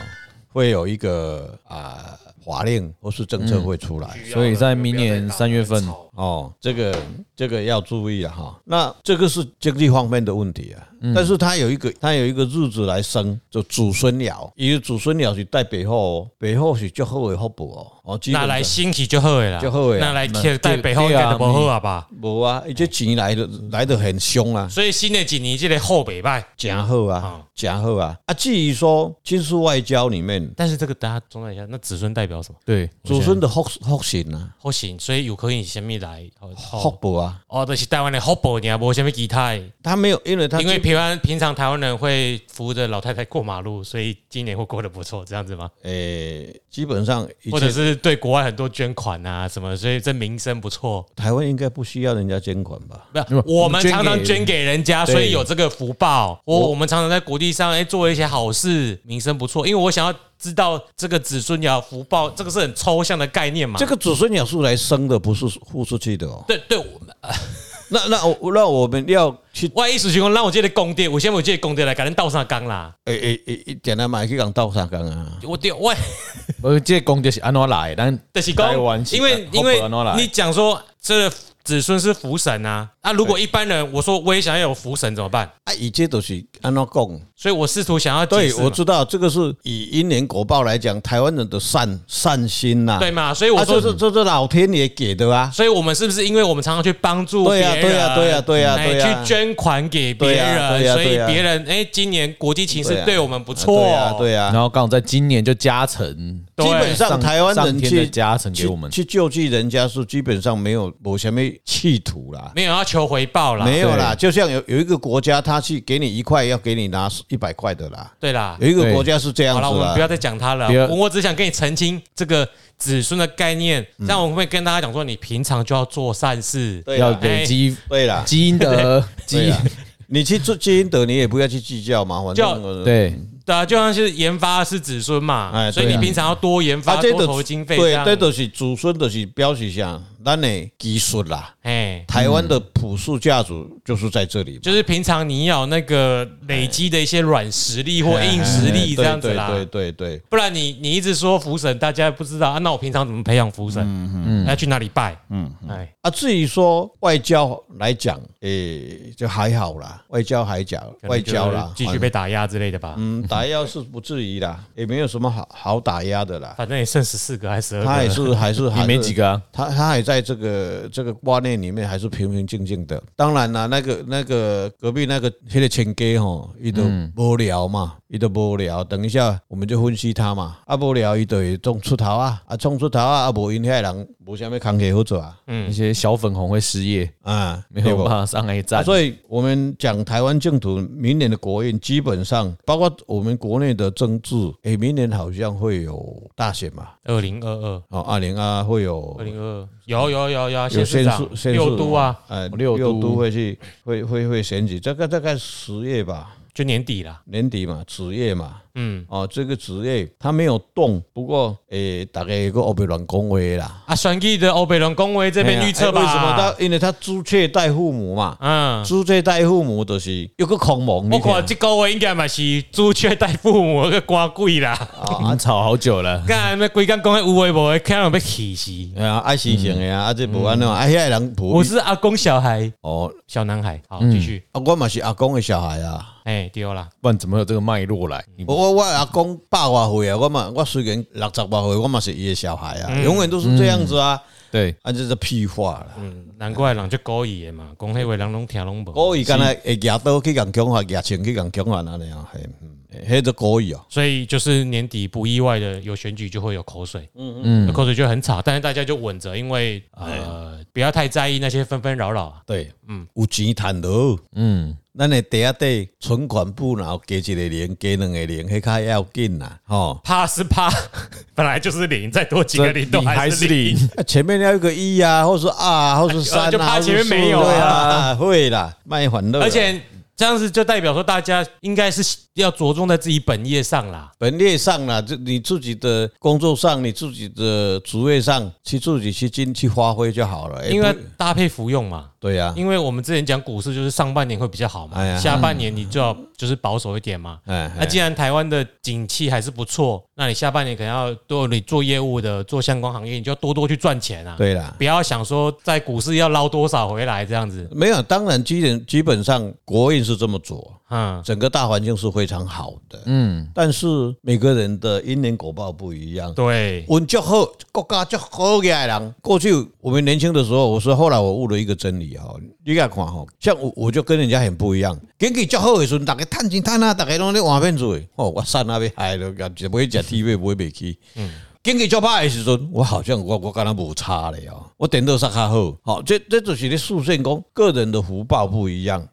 Speaker 3: 会有一个啊法令或是政策会出来。
Speaker 2: 所以在明年三月份，
Speaker 3: 哦，这个这个要注意啊哈。那这个是经济方面的问题啊，
Speaker 1: 嗯
Speaker 3: 但是它有一个它有一个日子来生，就祖孙爻，因为祖孙爻是带北后哦，北后是较好的福报哦，哦，基本
Speaker 1: 拿
Speaker 3: 上
Speaker 1: 来兴起就好了啦，
Speaker 3: 就好了啦
Speaker 1: 拿来贴在背后应该就不好啊吧。
Speaker 3: 无啊，伊这钱来的来的很凶啊，
Speaker 1: 所以新的一年这个后北拜，
Speaker 3: 真好啊
Speaker 1: 好，
Speaker 3: 真好啊。啊，至于说军事外交里面，
Speaker 1: 但是这个大家中断一下，那子孙代表什么？
Speaker 2: 对，
Speaker 3: 祖孙的福福神啊，
Speaker 1: 后行，所以有可以先面来。
Speaker 3: 福
Speaker 1: 后
Speaker 3: 报啊，
Speaker 1: 哦，就是台湾的福报，你也无什么其他的。
Speaker 3: 他没有，因为他
Speaker 1: 因为平安平常台湾人会扶着老太太过马路，所以今年会过得不错，这样子吗？
Speaker 3: 诶，基本上一
Speaker 1: 或者
Speaker 3: 切
Speaker 1: 是对国外很多捐款啊什么，所以这名声不错。
Speaker 3: 台湾应该不需要人家监管吧？
Speaker 1: 不，我们常常捐给人家，
Speaker 2: 对
Speaker 1: 所以有这个福报。我我们常常在国际上哎做一些好事，名声不错。因为我想要知道这个子孙爻福报，这个是很抽象的概念嘛
Speaker 3: 这。个子孙鸟是来生的，不是付出去的哦。
Speaker 1: 对对，我们
Speaker 3: 那那我那我们要去
Speaker 1: 万一是情况，让我借的供电，我先我借供电来，赶紧倒上缸啦。
Speaker 3: 诶诶诶，一点来买去讲倒三缸啊。
Speaker 1: 我丢我。 *laughs*
Speaker 2: 而这个公就是安怎来的，但
Speaker 1: 就是
Speaker 2: 台
Speaker 1: 讲
Speaker 2: 湾，是啊
Speaker 1: 因为
Speaker 2: 福报
Speaker 1: 因为
Speaker 2: 安怎来
Speaker 1: 你讲说这个子孙是福神啊，那如果一般人我说我也想要有福神怎么办？
Speaker 3: 啊，以这都是安怎讲？啊
Speaker 1: 所以我试图想要解
Speaker 3: 对，
Speaker 1: 释嘛
Speaker 3: 我知道这个是以因缘果报来讲，台湾人的善善心呐、
Speaker 1: 对嘛，所以我
Speaker 3: 啊，这
Speaker 1: 说，
Speaker 3: 是这是老天爷给的啊。
Speaker 1: 所以我们是不是因为我们常常去帮助别
Speaker 3: 对啊
Speaker 1: 人，
Speaker 3: 对啊对啊对啊
Speaker 1: 哎
Speaker 3: 对啊
Speaker 1: 去捐款给别
Speaker 3: 对啊对
Speaker 1: 人，
Speaker 3: 啊
Speaker 1: 所以
Speaker 3: 对啊
Speaker 1: 别人哎，今年国际情
Speaker 3: 对
Speaker 1: 势
Speaker 3: 啊
Speaker 1: 对我们不错，哦
Speaker 3: 对啊，对
Speaker 2: 然
Speaker 3: 啊。
Speaker 2: 后刚好在今年就加成，
Speaker 1: 对
Speaker 3: 基本上台湾
Speaker 2: 上
Speaker 3: 人
Speaker 2: 天的
Speaker 3: 去
Speaker 2: 加成给
Speaker 3: 去
Speaker 2: 我们，
Speaker 3: 去救济人家是基本上没有某什么企图啦，
Speaker 1: 没有要求回报啦，
Speaker 3: 没有啦。就像有有一个国家，他去给你一块，要给你拿一百块的啦。
Speaker 1: 对啦。
Speaker 3: 有一个
Speaker 2: 对
Speaker 3: 国家是这样
Speaker 1: 好了，我
Speaker 3: 子
Speaker 1: 们
Speaker 3: 啦
Speaker 1: 不。要再讲它了
Speaker 2: 不要。
Speaker 1: 我我只想跟你澄清这个子孙的概念，这样我们会跟大家讲说，你平常就要做善事。
Speaker 3: 对
Speaker 2: 要
Speaker 3: 啦，
Speaker 1: 哎
Speaker 2: 累积
Speaker 3: 对啦，
Speaker 2: 基因的基
Speaker 3: 对
Speaker 2: 因
Speaker 3: 啊，你去做基因德，你也不要去计较嘛，反
Speaker 1: 叫
Speaker 3: 正呃
Speaker 2: 对，
Speaker 1: 对啊，就像是研发是子孙嘛，
Speaker 3: 哎
Speaker 1: 所以你
Speaker 3: 对啊
Speaker 1: 平常要多研发、
Speaker 3: 啊，这
Speaker 1: 多
Speaker 3: 都
Speaker 1: 投经费，
Speaker 3: 对，
Speaker 1: 样
Speaker 3: 这都是祖孙，都是表示啥，咱的技术啦，
Speaker 1: 哎，
Speaker 3: 台湾的普世价值就是在这里嘛。
Speaker 1: 就是平常你要有那个累积的一些软实力
Speaker 3: 哎
Speaker 1: 或硬实力这样子啦，
Speaker 3: 对对对对
Speaker 1: 不然你你一直说福神，大家不知道啊，那我平常怎么培养福神？嗯要去哪里拜？嗯，哎，
Speaker 3: 啊，至于说外交来讲，诶、就还好啦，外交还讲
Speaker 1: 可能
Speaker 3: 外交
Speaker 1: 就
Speaker 3: 啦
Speaker 1: 是，继续被打压之类的吧。
Speaker 3: 嗯，打压是不至于啦，也没有什么好好打压的
Speaker 1: *laughs*
Speaker 3: 啦。
Speaker 1: 反正也剩十四个还是十二个了，
Speaker 3: 他也是还是
Speaker 2: 也
Speaker 3: 还
Speaker 2: 没
Speaker 3: 是
Speaker 2: 几个啊。
Speaker 3: 他他还在这个这个观念里面还是平平静静的。当然啦，那个那个隔壁那个那个前哥吼，伊都
Speaker 2: 嗯
Speaker 3: 无聊嘛，伊都无聊。等一下我们就分析他嘛，啊无聊伊就会冲出头啊，啊冲出头啊，啊无因遐人无啥物工课好做啊，
Speaker 1: 嗯
Speaker 2: 那些小粉红会失业，
Speaker 3: 啊
Speaker 2: 没
Speaker 3: 对
Speaker 2: 有
Speaker 3: 不
Speaker 2: 办法上 A
Speaker 3: 啊
Speaker 2: 站，
Speaker 3: 所以我们讲台湾净土明年的国运，基本上包括我们国内的政治，诶、明年好像会有大选嘛，
Speaker 1: 二零二二。
Speaker 3: 哦，二零二会有
Speaker 1: 二零二二有有有有啊，
Speaker 3: 有
Speaker 1: 县市长
Speaker 3: 县市县市
Speaker 1: 六都啊，
Speaker 3: 呃
Speaker 2: 六都
Speaker 3: 六都会去会会会选举，这个大概十月吧，
Speaker 1: 就年底啦。
Speaker 3: 年底嘛，子月嘛，
Speaker 1: 嗯，
Speaker 3: 哦，这个子月它没有动，不过诶、大概有个欧北乱恭维啦。
Speaker 1: 啊，选举的欧北龙公维这边预测吧。
Speaker 3: 哎为什么他？因为他朱雀带父母嘛，
Speaker 1: 嗯，
Speaker 3: 朱雀带父母就是有个孔蒙，
Speaker 1: 我
Speaker 3: 你
Speaker 1: 看这个月应该嘛是朱雀带父母个官贵啦。
Speaker 3: *laughs*
Speaker 2: 已
Speaker 3: 啊
Speaker 2: 经吵好久了。
Speaker 1: 干那规工讲的有诶无诶，看人要气死。
Speaker 3: 哎呀，爱心型的啊，啊这不安啊，啊遐人不
Speaker 1: 嗯我是阿公小孩，
Speaker 3: 哦，
Speaker 1: 小男孩。好，继续。
Speaker 3: 啊我嘛是阿公的小孩啊，
Speaker 1: 哎，丢啦。
Speaker 2: 不然怎么会有这个脉络来？
Speaker 3: 我我我阿公百外岁啊，我嘛我虽然六十外岁，我嘛是伊的小孩啊，永远都是这样子啊，
Speaker 2: 对，
Speaker 3: 啊这是屁话啦。
Speaker 1: 嗯，难怪人就故意的
Speaker 3: 嗯
Speaker 1: 嘛，讲迄话人拢听拢无。
Speaker 3: 故意敢若会举刀去共强化，举枪去共强化安尼啊，系，嗯迄就故意哦。
Speaker 1: 所以就是年底不意外的有选举就会有口水，嗯嗯，口水就很吵，但是大家就稳着，因为
Speaker 3: 哎
Speaker 1: 呃不要太在意那些纷纷扰扰啊。
Speaker 3: 对，嗯，有钱趁落，
Speaker 2: 嗯，
Speaker 3: 咱的袋仔底存款不然后加一个零，加两个零，迄较要紧啦，吼。
Speaker 1: 怕是怕， *laughs* 本来就是零，再多几个零都
Speaker 2: 你还
Speaker 1: 还
Speaker 2: 是
Speaker 1: 是
Speaker 2: 零
Speaker 1: 零。，
Speaker 3: 啊前面要有个一啊， *laughs* 或是二啊，或是三
Speaker 1: 哎就
Speaker 3: 啊，
Speaker 1: 怕
Speaker 3: 或是
Speaker 1: 前面
Speaker 3: 四
Speaker 1: 没有啊
Speaker 3: 对啊，会啦，卖欢乐啦。
Speaker 1: 而且这样子就代表说，大家应该是要着重在自己本业上啦。
Speaker 3: 本业上啦，就你自己的工作上，你自己的职位上，去自己去尽去发挥就好了。
Speaker 1: 因
Speaker 3: 哎
Speaker 1: 为
Speaker 3: 不
Speaker 1: 搭配服用嘛，
Speaker 3: 对啊呀，
Speaker 1: 因为我们之前讲股市就是上半年会比较好
Speaker 3: 哎呀
Speaker 1: 嘛，下半年你就要就是保守一点嘛。
Speaker 3: 哎，
Speaker 1: 那啊
Speaker 3: 哎
Speaker 1: 既然台湾的景气还是不错，那你下半年可能要多你做业务的、做相关行业，你就要多多去赚钱啊。，
Speaker 3: 对啦。
Speaker 1: 不要想说在股市要捞多少回来这样子。
Speaker 3: 没有，当然基本基本上国运是这么做，
Speaker 1: 嗯，
Speaker 3: 整个大环境是非常好的。嗯，但是每个人的因缘果报不一样。
Speaker 1: 对，
Speaker 3: 运就好，国家就好起来人。过去我们年轻的时候，我说后来我悟了一个真理哈，你看看哈，像我我就跟人家很不一样。经济较好的时候，大家趁钱趁啊，大家拢咧换面子的。哦，我散啊要害了，就买食铁买买袂起。经济较歹的时阵，我好像我我敢若无差咧哦，我点到煞较好。好、这这就是咧塑现讲个人的福报不一样。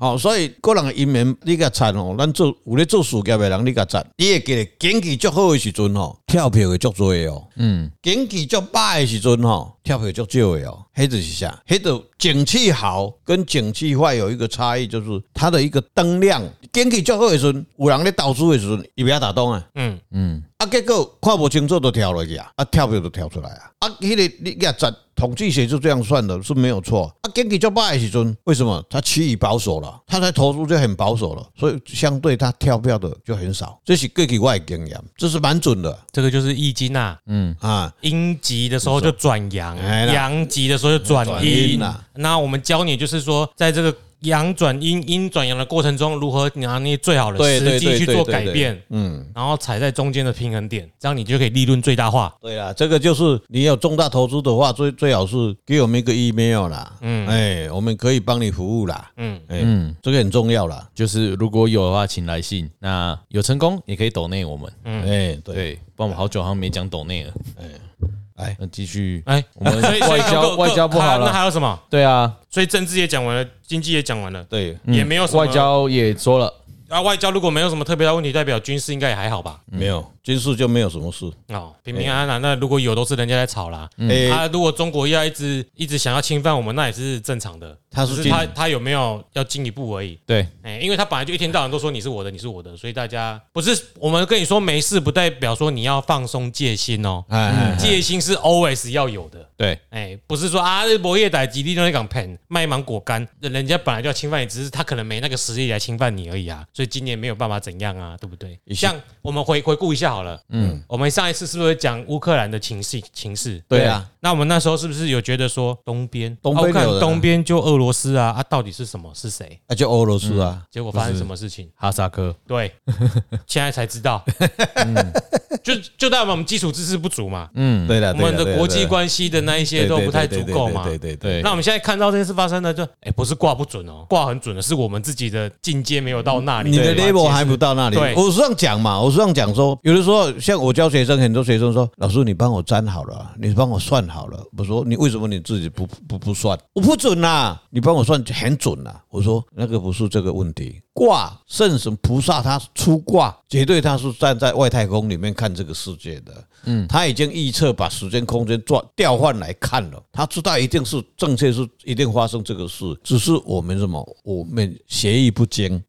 Speaker 3: 好、哦所以个人的因缘你甲赚哦，咱做有咧做事业的人你甲赚，你会记咧经济足好的时阵吼，跳票会足多的哦。嗯，经济足歹的时阵吼，跳票足少的哦。迄就是啥？迄就景气好跟景气坏有一个差异，就是它的一个灯亮。经济足好的时阵，有人咧投资的时阵，伊不要打动啊。
Speaker 1: 嗯，
Speaker 3: 啊，结果看不清楚都跳落去啊，啊，跳票都跳出来啊，啊，迄、个你也赚统计学就这样算的，是没有错。啊，经济较歹的时阵，为什么他趋于保守了？他在投入就很保守了，所以相对他跳票的就很少。这是过去我的经验，这是蛮准的
Speaker 1: 这个就是易经啊，
Speaker 3: 啊。
Speaker 1: 阴极的时候就转阳，
Speaker 3: 哎啦
Speaker 1: 阳极的时候就转
Speaker 3: 转阴
Speaker 1: 阴
Speaker 3: 啦。
Speaker 1: 那我们教你就是说，在这个阳转阴、阴转阳的过程中，如何拿捏最好的
Speaker 3: 对对
Speaker 1: 时机
Speaker 3: 对
Speaker 1: 去
Speaker 3: 对
Speaker 1: 做
Speaker 3: 对
Speaker 1: 改
Speaker 3: 对
Speaker 1: 变，
Speaker 3: 嗯，
Speaker 1: 然后踩在中间的平衡点，这样你就可以利润最大化。
Speaker 3: 对啦，这个就是你有重大投资的话，最最好是给我们一个 email 啦，嗯，哎、我们可以帮你服务啦，
Speaker 1: 嗯
Speaker 3: 哎、这个很重要啦，
Speaker 2: 就是如果有的话，请来信。那有成功也可以抖内我们，
Speaker 1: 嗯
Speaker 3: 哎、对，
Speaker 2: 对，不然我们好久好像没讲抖内了。
Speaker 3: 哎
Speaker 2: 那继续，
Speaker 1: 哎，
Speaker 2: 我们
Speaker 1: 所以所以
Speaker 2: 外交
Speaker 1: 各各
Speaker 2: 外交不好了
Speaker 1: 那还有什么？
Speaker 2: 对啊，
Speaker 1: 所以政治也讲完了，经济也讲完了，
Speaker 3: 对，
Speaker 1: 也没有什么
Speaker 2: 外交也说了，
Speaker 1: 啊。外交如果没有什么特别的问题，代表军事应该也还好吧？
Speaker 3: 没有，军事就没有什么事。
Speaker 1: 哦，平平安安啊。那如果有，都是人家在吵啦。
Speaker 3: 诶
Speaker 1: 啊，如果中国要一直一直想要侵犯我们，那也是正常的。
Speaker 3: 他
Speaker 1: 只
Speaker 3: 是
Speaker 1: 是
Speaker 3: 进
Speaker 1: 他他有没有要进一步而已。
Speaker 2: 对，
Speaker 1: 哎、因为他本来就一天到晚都说你是我的，你是我的，所以大家不是我们跟你说没事，不代表说你要放松戒心哦。
Speaker 3: 哎，
Speaker 1: *laughs* 戒心是 always 要有的，
Speaker 2: 对，
Speaker 1: 哎、不是说啊，博业歹极力都在讲骗卖芒果干，人家本来就要侵犯你，只是他可能没那个实力来侵犯你而已啊，所以今年没有办法怎样啊，对不对？
Speaker 3: 也是
Speaker 1: 像我们回回顾一下好了，嗯，我们上一次是不是讲乌克兰的情势情势？
Speaker 3: 对啊，
Speaker 1: 那我们那时候是不是有觉得说东边，
Speaker 3: 东
Speaker 1: 啊
Speaker 3: 边
Speaker 1: 我看
Speaker 3: 有人啊
Speaker 1: 东边就俄罗斯啊，啊，到底是什么是谁？
Speaker 3: 那就俄罗斯啊，
Speaker 1: 结果发生什么事情？
Speaker 2: 哈萨克，
Speaker 1: 对，现在才知道， *laughs* 就就代表我们基础知识不足嘛，
Speaker 3: 嗯，对了，
Speaker 1: 我们
Speaker 3: 对啦
Speaker 1: 的国际关系的那一些都不太足够嘛。
Speaker 3: 对对对
Speaker 2: 对，
Speaker 1: 那我们现在看到这件事发生呢，就哎、不是挂不准哦，挂很准的是我们自己的进阶没有到那里，
Speaker 3: 你的
Speaker 1: 对吧
Speaker 3: level 还不到那里。
Speaker 1: 对
Speaker 3: 我是这样讲嘛，我是这样讲说，有的时候像我教学生，很多学生说：“老师，你帮我占好了啊，你帮我算好了。”我说：“你为什么你自己不不不算？我不准呐、你帮我算很准呐、我说：“那个不是这个问题，卦圣神菩萨他出卦，绝对他是站在外太空里面看这个世界的。嗯，他已经预测把时间空间转调换来看了，他知道一定是正确是一定发生这个事，只是我们什么我们协议不精，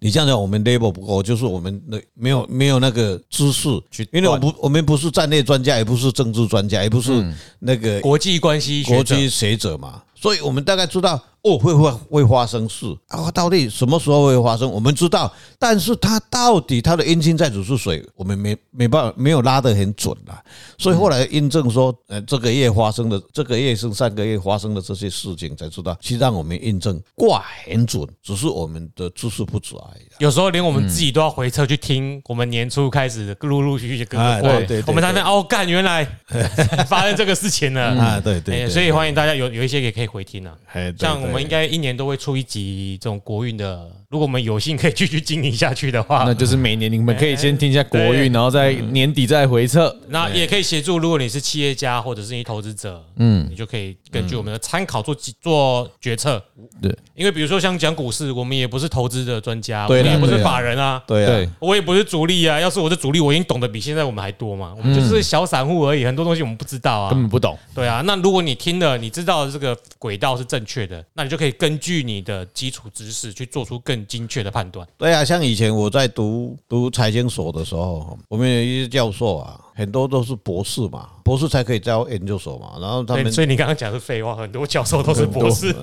Speaker 3: 你这样讲，我们 label 不够，就是我们的没有没有那个知识
Speaker 2: 去
Speaker 3: 因为我不我们不是战略专家，也不是政治专家，也不是那个
Speaker 1: 嗯国际关系学
Speaker 3: 国
Speaker 1: 者
Speaker 3: 际学者嘛，所以我们大概知道哦会会会发生事啊，到底什么时候会发生，我们知道，但是它到底它的阴性在主是谁，我们没没办法没有拉得很准啦。所以后来印证说，呃，这个月发生的这个月是上个月发生的这些事情，才知道，其实让我们印证卦很准，只是我们的知识不足而已啦。啊
Speaker 1: 有时候连我
Speaker 3: 嗯
Speaker 1: 们自己都要回撤去听我们年初开始陆陆续续各
Speaker 3: 哎
Speaker 1: 个
Speaker 3: 对
Speaker 1: 话
Speaker 3: 对对，
Speaker 1: 我们才能哦，干原来 *laughs* 发生这个事情了
Speaker 3: 啊对对
Speaker 1: 哎
Speaker 3: 对
Speaker 1: 所以欢迎大家有有一些也可以回听啊。
Speaker 3: 哎，对
Speaker 1: 像我们应该一年都会出一集这种国运的，如果我们有幸可以继续经营下去的话
Speaker 2: 那，就是每年你们可以先听一下国运，
Speaker 1: 哎
Speaker 2: 然后在
Speaker 3: 嗯
Speaker 2: 年底再回测。
Speaker 1: 那也可以协助，如果你是企业家或者是你投资者，嗯，你就可以根据我们的参考做几做决策。
Speaker 2: 对，
Speaker 1: 因为比如说像讲股市，我们也不是投资的专家，我
Speaker 3: 对
Speaker 1: 们
Speaker 3: 啦
Speaker 1: 也不是
Speaker 3: 对啦
Speaker 1: 法人啊，
Speaker 3: 对
Speaker 2: 对
Speaker 3: 啊，，
Speaker 1: 我也不是主力啊，要是我是主力，我已经懂得比现在我们还多嘛。我们就是小散户而已，很多东西我们不知道
Speaker 2: 根
Speaker 1: 啊。
Speaker 2: 本不懂。
Speaker 1: 对啊，那如果你听了，你知道这个轨道是正确的，那你就可以根据你的基础知识去做出更精确的判断。
Speaker 3: 对啊，像以前我在读读财经所的时候，我们有一些教授啊，很多都是博士嘛，博士才可以教研究所嘛，然后他
Speaker 1: 对，
Speaker 3: 们
Speaker 1: 哎所以你刚刚讲的是废话，很多教授都是博士，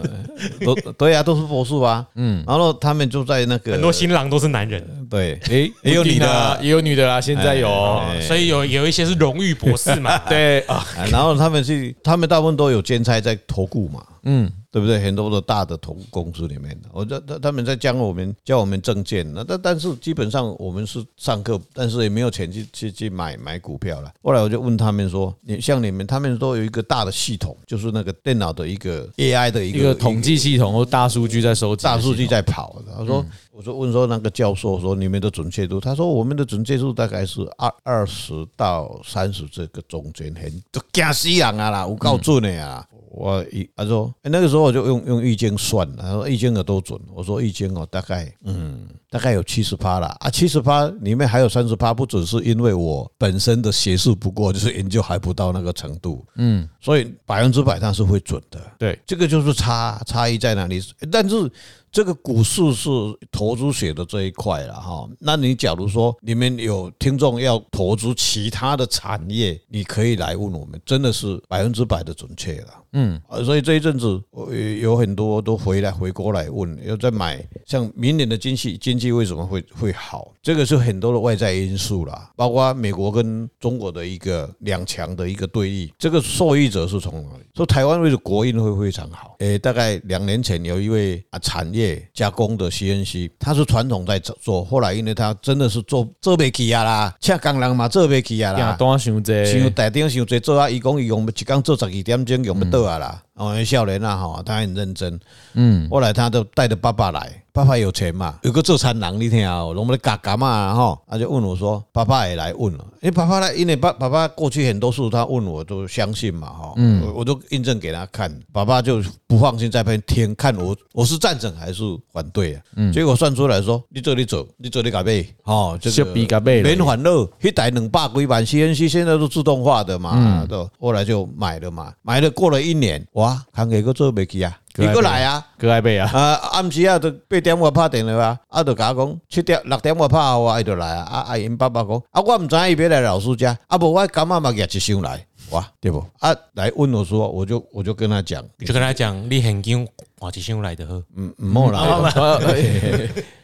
Speaker 3: 都对啊，都是博士吧，嗯，然后他们就在那个
Speaker 1: 很多新郎都是男人，
Speaker 3: 对，
Speaker 2: 诶，
Speaker 3: 哎也有
Speaker 2: 不一定
Speaker 3: 你的
Speaker 2: 啊也有女的啦，现在有哦。
Speaker 3: 哎
Speaker 1: 所以有有一些是荣誉博士
Speaker 2: *laughs*
Speaker 1: 嘛。
Speaker 2: 对啊，
Speaker 3: 啊然后他们去，他们大部分都有兼差在投顾嘛，嗯，对不对？很多的大的投顾公司里面，我这他他们在教我们教我们证券，那但但是基本上我们是上课，但是也没有钱去去去买买股票了。后来我就问他们说，你像你们，他们都有一个大的系统，就是那个电脑的一个 AI 的一个
Speaker 2: 一个统计系统或大数据在收集，
Speaker 3: 大数据在跑的。他说，我说问说那个教授说你们的准确度，他说我们的准确度大概是二二十到三十这个中间，很都惊死人啊啦，我告准的啊。我一他说、哎那个时候我就用用易经算了，他说易经有多准？我说易经哦，大概嗯大概有七十趴啦啊，七十趴里面还有三十趴不准，是因为我本身的学识不过，就是研究还不到那个程度，嗯，所以百分之百它是会准的，
Speaker 2: 对，
Speaker 3: 这个就是差差异在哪里？但是这个股市是投资学的这一块了哈。那你假如说你们有听众要投资其他的产业，你可以来问我们，真的是百分之百的准确了。嗯，所以这一阵子我有很多都回来回国来问，要再买像明年的经济经济为什么会会好？这个是很多的外在因素啦，包括美国跟中国的一个两强的一个对立，这个受益者是从哪里？说台湾为了国运会非常好。诶，大概两年前有一位啊产业加工的 CNC，他是传统在做，后来因为他真的是做做不起啊啦，赤工人嘛做不起啊
Speaker 2: 亚
Speaker 3: 啦。
Speaker 2: 东想这，
Speaker 3: 像台顶想做做啊，伊讲伊用一工做十二点钟用不到啊啦，哦，笑脸啊哈，他很认真，嗯，后来他都带着爸爸来，爸爸有钱嘛，有个做餐人，你听啊，我们的嘎嘎嘛哈，他就问我说，爸爸也来问了，因为爸爸来，因为爸爸爸过去很多事他问我都相信嘛哈，嗯，我都印证给他看，爸爸就不放心在旁边听，看我我是赞成还是反对啊，嗯，结果算出来说，你做你走，你做你嘎背，哦，这
Speaker 2: 小
Speaker 3: 个
Speaker 2: 比嘎贝了
Speaker 3: 免烦恼，迄台两百几万 CNC 现在都自动化的嘛，都、后来就买了嘛，买了过了一年，哇，康给个做袂起啊，
Speaker 2: 过
Speaker 3: 你
Speaker 2: 来
Speaker 3: 过来啊，
Speaker 2: 哥爱贝
Speaker 3: *laughs*
Speaker 2: 啊，
Speaker 3: 啊，暗时啊，都八点我拍电话啊，啊，就甲我讲七点六点我拍好啊，伊就来啊，啊，啊，因爸爸讲，啊，我毋知伊要来老师家，啊，无我感觉嘛举一箱来，哇，对不？啊，来问我说，我就我就跟他讲，
Speaker 1: 就跟他讲，你很紧，我几箱来的喝，
Speaker 3: 嗯，唔好啦。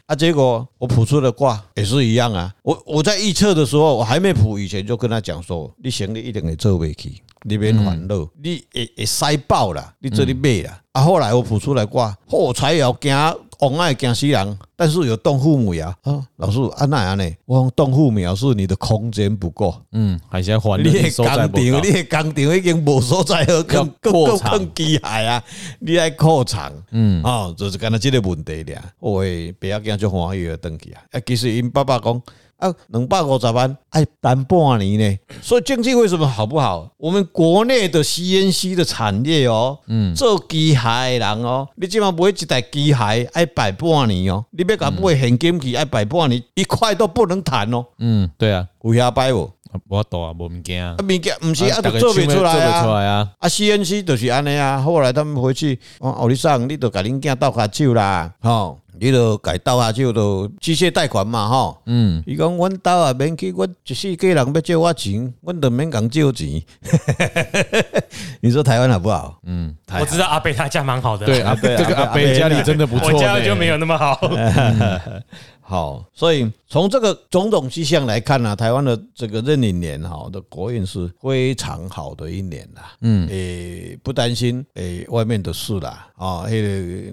Speaker 3: 啊，结果我谱出的卦也是一样啊。我我在预测的时候，我还没谱以前就跟他讲说，你行李一定会做不起，你免烦恼，你会会塞爆啦，你这里买啦。啊，后来我谱出来卦，后财要惊，王爱惊死人，但是有动父母呀。啊，老师啊那样呢？我讲动父母是你的空间不够，
Speaker 2: *laughs* 嗯，还是要还
Speaker 3: 你的
Speaker 2: 的收
Speaker 3: 工
Speaker 2: 在
Speaker 3: 厂，
Speaker 2: 不
Speaker 3: 你
Speaker 2: 高，
Speaker 3: 的工厂已经无所在了，更更
Speaker 2: 扩
Speaker 3: 更
Speaker 2: 厂
Speaker 3: 更机械啊！你爱扩厂，嗯，哦，就是干那这个问题俩，我会不要惊就欢喜的登去啊！啊，其实因爸爸讲。啊，两百五十万，哎，等半年呢。所以经济为什么好不好？我们国内的 CNC 的产业哦，嗯，做机械的人哦，你即码买一台机械爱摆半年哦，你要甲买现金去爱摆半年，一块都不能谈哦，
Speaker 2: 嗯，对啊，
Speaker 3: 有遐摆无？
Speaker 2: 我懂啊，我们惊啊
Speaker 3: 啊，，物件毋是啊，
Speaker 2: 大
Speaker 3: 都
Speaker 2: 家
Speaker 3: 做
Speaker 2: 手
Speaker 3: 袂
Speaker 2: 尾
Speaker 3: 出来
Speaker 2: 做不出
Speaker 3: 啊。
Speaker 2: 来啊，
Speaker 3: 啊，CNC 就是安尼啊。后来他们回去，哦，后日上你都甲恁囝斗下手啦，吼、你都改斗下手都机械贷款嘛，吼、
Speaker 2: 嗯，
Speaker 3: 伊讲阮兜也免去，阮一世界人要借我钱，阮都免共借钱。 *laughs* 你说台湾好不好？
Speaker 2: 嗯
Speaker 1: 我知道阿贝他家蛮好的，
Speaker 3: *laughs* 啊
Speaker 2: 对，阿贝，这个阿贝家里真的不错
Speaker 1: 我
Speaker 2: 呢，
Speaker 1: 家就没有那么
Speaker 2: *laughs*
Speaker 1: 好。
Speaker 3: 好，所以从这个种种迹象来看呢、啊，台湾的这个壬寅年哈的国运是非常好的一年啦、嗯，诶、不担心诶、外面的事啦，啊、那个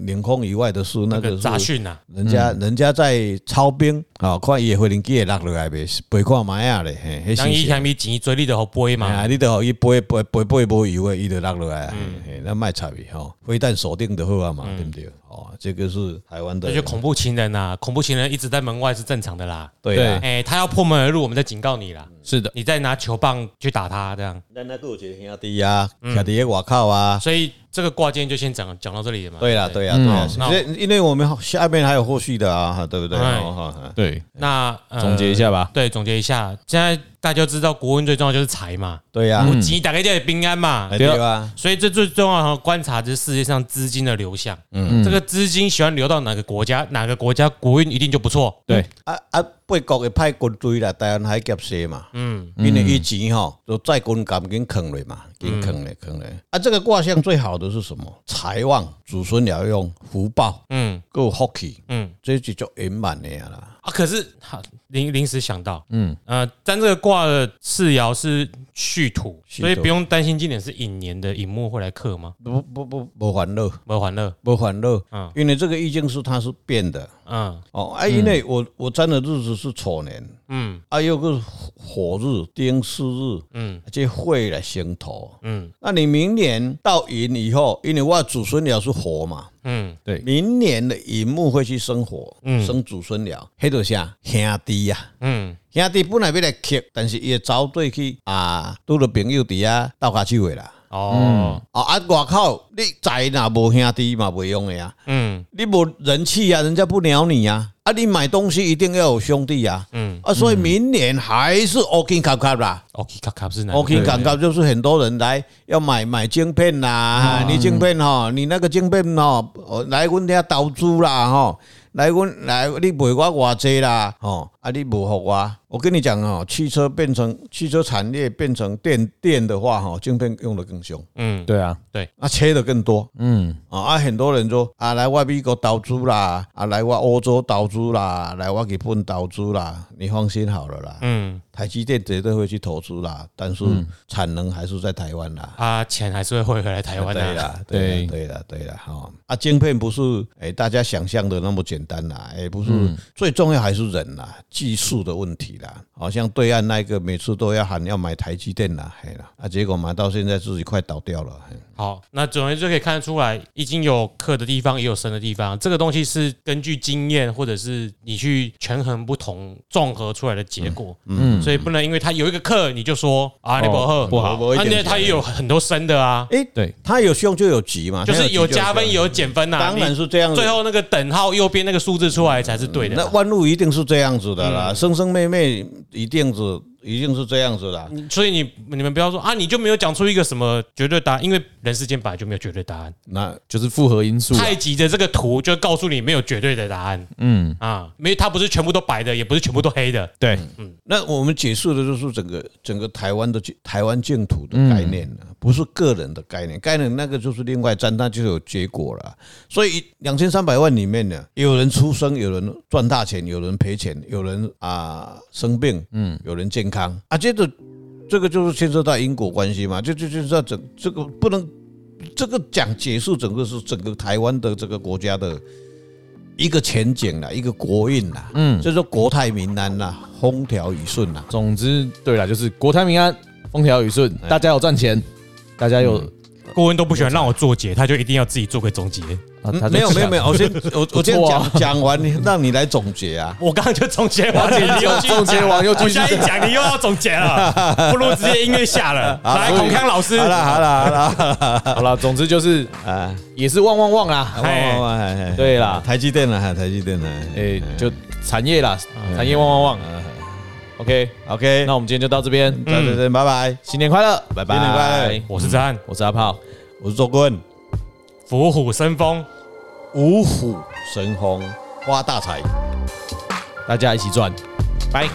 Speaker 3: 领空以外的事，那
Speaker 1: 那
Speaker 3: 个
Speaker 1: 个
Speaker 3: 是
Speaker 1: 杂讯啊，
Speaker 3: 人家、人家在操兵啊，看伊会灵机会落落来呗，背看买啊咧，嘿，
Speaker 1: 当
Speaker 3: 迄
Speaker 1: 伊
Speaker 3: 是。
Speaker 1: 向咪钱追你的好杯嘛
Speaker 2: 哎
Speaker 3: 啊，，你都互伊背背背背无油的，伊就落落来啊，嘿嘿咱卖插伊吼，飞弹锁定就好啊嘛，对不对？哦，这个是台湾的
Speaker 1: 那，就恐怖情人啊，恐怖情人一直在门外是正常的啦。
Speaker 3: 对啊，
Speaker 1: 哎，他要破门而入，我们再警告你啦，
Speaker 2: 是的，
Speaker 1: 你再拿球棒去打他这样。
Speaker 3: 咱那个有一个兄弟啊，
Speaker 1: 嗯
Speaker 3: 徛伫咧外口啊。
Speaker 1: 所以这个挂件就先讲讲到这里了嘛。
Speaker 3: 对啦，
Speaker 1: 不
Speaker 3: 对啦，对啦，
Speaker 1: 那我
Speaker 3: 所以因为我们下面还有后续的啊，对不对？
Speaker 1: 哎
Speaker 3: 哦好好
Speaker 2: 对，
Speaker 1: 那呃
Speaker 2: 总结一下吧，
Speaker 1: 对，总结一下，现在大家知道国运最重要就是财嘛，
Speaker 3: 对呀，
Speaker 2: 嗯
Speaker 1: 有钱大家就会平安嘛
Speaker 3: 哎。对吧？
Speaker 1: 所以这最重要的观察就是世界上资金的流向，嗯，这个资金喜欢流到哪个国家，哪个国家国运一定就不错。
Speaker 2: 对，
Speaker 3: 啊啊，八国会派军队来台湾海峡西嘛，嗯，因为以前吼都在军港给坑了嘛，给坑了坑了。
Speaker 1: 嗯
Speaker 3: 啊，这个卦象最好的是什么？财旺，子孙要用，福报，
Speaker 1: 嗯
Speaker 3: 够福气，
Speaker 1: 嗯
Speaker 3: 这就叫圆满的呀啦。
Speaker 1: 啊，可是哈临临时想到，嗯呃，但这个卦的次爻是戌土，
Speaker 3: 戌土
Speaker 1: 所以不用担心今年是寅年的寅木会来克吗？
Speaker 3: 不不不，无烦恼，
Speaker 1: 没还了，
Speaker 3: 无烦恼
Speaker 1: 嗯，
Speaker 3: 因为这个易经是它是变的
Speaker 1: 嗯
Speaker 3: 哦。啊，因为我我占的日子是丑年。
Speaker 1: 嗯
Speaker 3: 啊，有个火日、丁巳日，
Speaker 1: 嗯
Speaker 3: 这会来生头。
Speaker 1: 嗯
Speaker 3: 那你明年到寅以后，因为我的祖孙爻是火嘛，
Speaker 1: 嗯，
Speaker 2: 对，
Speaker 3: 明年的寅木会去生火，生祖孙爻，迄就啥兄弟呀、
Speaker 1: 嗯
Speaker 3: 兄弟本来要来克，但是伊遭对去啊，拄着朋友伫啊斗下手的啦。
Speaker 1: 哦，
Speaker 3: 哦啊，外口你财若无兄弟嘛袂用的啊，
Speaker 1: 嗯
Speaker 3: 你无人气啊，人家不鸟你啊。啊，你买东西一定要有兄弟啊。
Speaker 1: 嗯
Speaker 3: 啊，所以明年还是 OK 卡卡啦。
Speaker 1: ，OK，卡卡哦是哪个
Speaker 3: OK，广告就是很多人来要买买晶片啦，你晶片吼，你那个晶片吼，哦来阮遐投资啦吼，来阮来你卖我偌济啦吼，啊你无互我，我跟你讲哦，汽车变成汽车产业变成电电的话吼，晶片用的更凶，
Speaker 1: 嗯，
Speaker 2: 对啊，
Speaker 3: 啊切的更多，
Speaker 2: 嗯，
Speaker 3: 啊，啊，很多人说啊，来我美国投资啦，啊，来我欧洲投资啦，来我日本投资啦，你放心好了啦。
Speaker 1: 嗯
Speaker 3: 台积电绝对会去投资啦，但是产能还是在台湾啦。
Speaker 1: 啊，钱还是会汇回来台湾
Speaker 3: 对
Speaker 1: 的、啊。
Speaker 3: 啦，对啦，对啦，对啦，哈啊，晶片不是诶大家想象的那么简单啦，诶，不是最重要还是人啦，技术的问题啦。好像对岸那个每次都要喊要买台积电啦，嘿啦，啊，结果买到现在自己快倒掉了。嘿
Speaker 1: 好，那总而言之可以看得出来，已经有克的地方，也有生的地方。这个东西是根据经验或者是你去权衡不同综合出来的结果。嗯，所以不能因为它有一个克，你就说啊你不好
Speaker 2: 不好
Speaker 3: 不好一
Speaker 1: 那
Speaker 3: 点
Speaker 1: 那它也有很多生的啊，
Speaker 3: 哎，
Speaker 2: 对，
Speaker 3: 它有凶就有吉嘛，
Speaker 1: 就是
Speaker 3: 它
Speaker 1: 有
Speaker 3: 吉就
Speaker 1: 加分也
Speaker 3: 凶
Speaker 1: 有减分呐、啊。
Speaker 3: 当然
Speaker 1: 你
Speaker 3: 是这样子。
Speaker 1: 最后那个等号右边那个数字出来才是对的
Speaker 3: 那
Speaker 1: 啦。
Speaker 3: 万物一定是这样子的啦，生生妹妹一定是一定是这样子的。
Speaker 1: 所以你你们不要说啊，你就没有讲出一个什么绝对答案，因为人世间本来就没有绝对答案。
Speaker 3: 那
Speaker 2: 就是复合因素啊。
Speaker 1: 太极的这个图就告诉你没有绝对的答案，嗯啊，因为它不是全部都白的，也不是全部都黑的，
Speaker 2: 对，
Speaker 3: 嗯那我们解释的就是整个整个台湾的台湾净土的概念呢、不是个人的概念，概念那个就是另外占，那就有结果了。所以两千三百万里面呢，有人出生，有人赚大钱，有人赔钱，有人啊、生病，嗯，有人健康啊，接着这个就是牵涉到因果关系嘛，就就就是要整这个不能这个讲解释整个是整个台湾的这个国家的一个前景啦，一个国运啦，嗯，这就是国泰民安啦，风调雨顺啦。
Speaker 2: 总之对啦，就是国泰民安，风调雨顺，
Speaker 3: 哎
Speaker 2: 大家有赚钱，大家有
Speaker 3: 嗯
Speaker 1: 顾问都不喜欢让我做结，他就一定要自己做个总结。
Speaker 2: 啊
Speaker 3: 嗯
Speaker 2: 他在
Speaker 3: 没有
Speaker 2: 讲
Speaker 3: 没有没有，我先我我
Speaker 2: 不
Speaker 3: 先
Speaker 2: 错啊
Speaker 3: 讲讲完，让你来总结啊。
Speaker 1: 我刚刚就总结完，你又去
Speaker 2: 总结完又继
Speaker 1: 我
Speaker 2: 续
Speaker 1: 现在一讲你又要总结
Speaker 3: *laughs*
Speaker 1: 了，不如直接音乐下了。来，
Speaker 2: 所以
Speaker 1: 孔康老师
Speaker 3: 好，啦好啦好啦
Speaker 2: *laughs* 好了，总之就是
Speaker 3: *laughs* 啊，
Speaker 2: 也是旺旺旺啊啦，
Speaker 1: 哎
Speaker 3: 哇哇哎哎
Speaker 2: 对啦
Speaker 3: 台积电啦，台积电啦，
Speaker 2: 哎，就产业啦，
Speaker 3: 哎
Speaker 2: 产业旺旺旺。OK，
Speaker 3: OK，
Speaker 2: 那我们今天就到这边，
Speaker 3: 再见，拜拜，
Speaker 2: 新年快乐，拜拜，
Speaker 3: 新年快乐
Speaker 1: 我是张翰，
Speaker 2: 我是阿炮，
Speaker 3: 我是周棍，
Speaker 1: 伏虎生风，
Speaker 3: 五虎神风发大财。
Speaker 2: 大家一起赚，拜。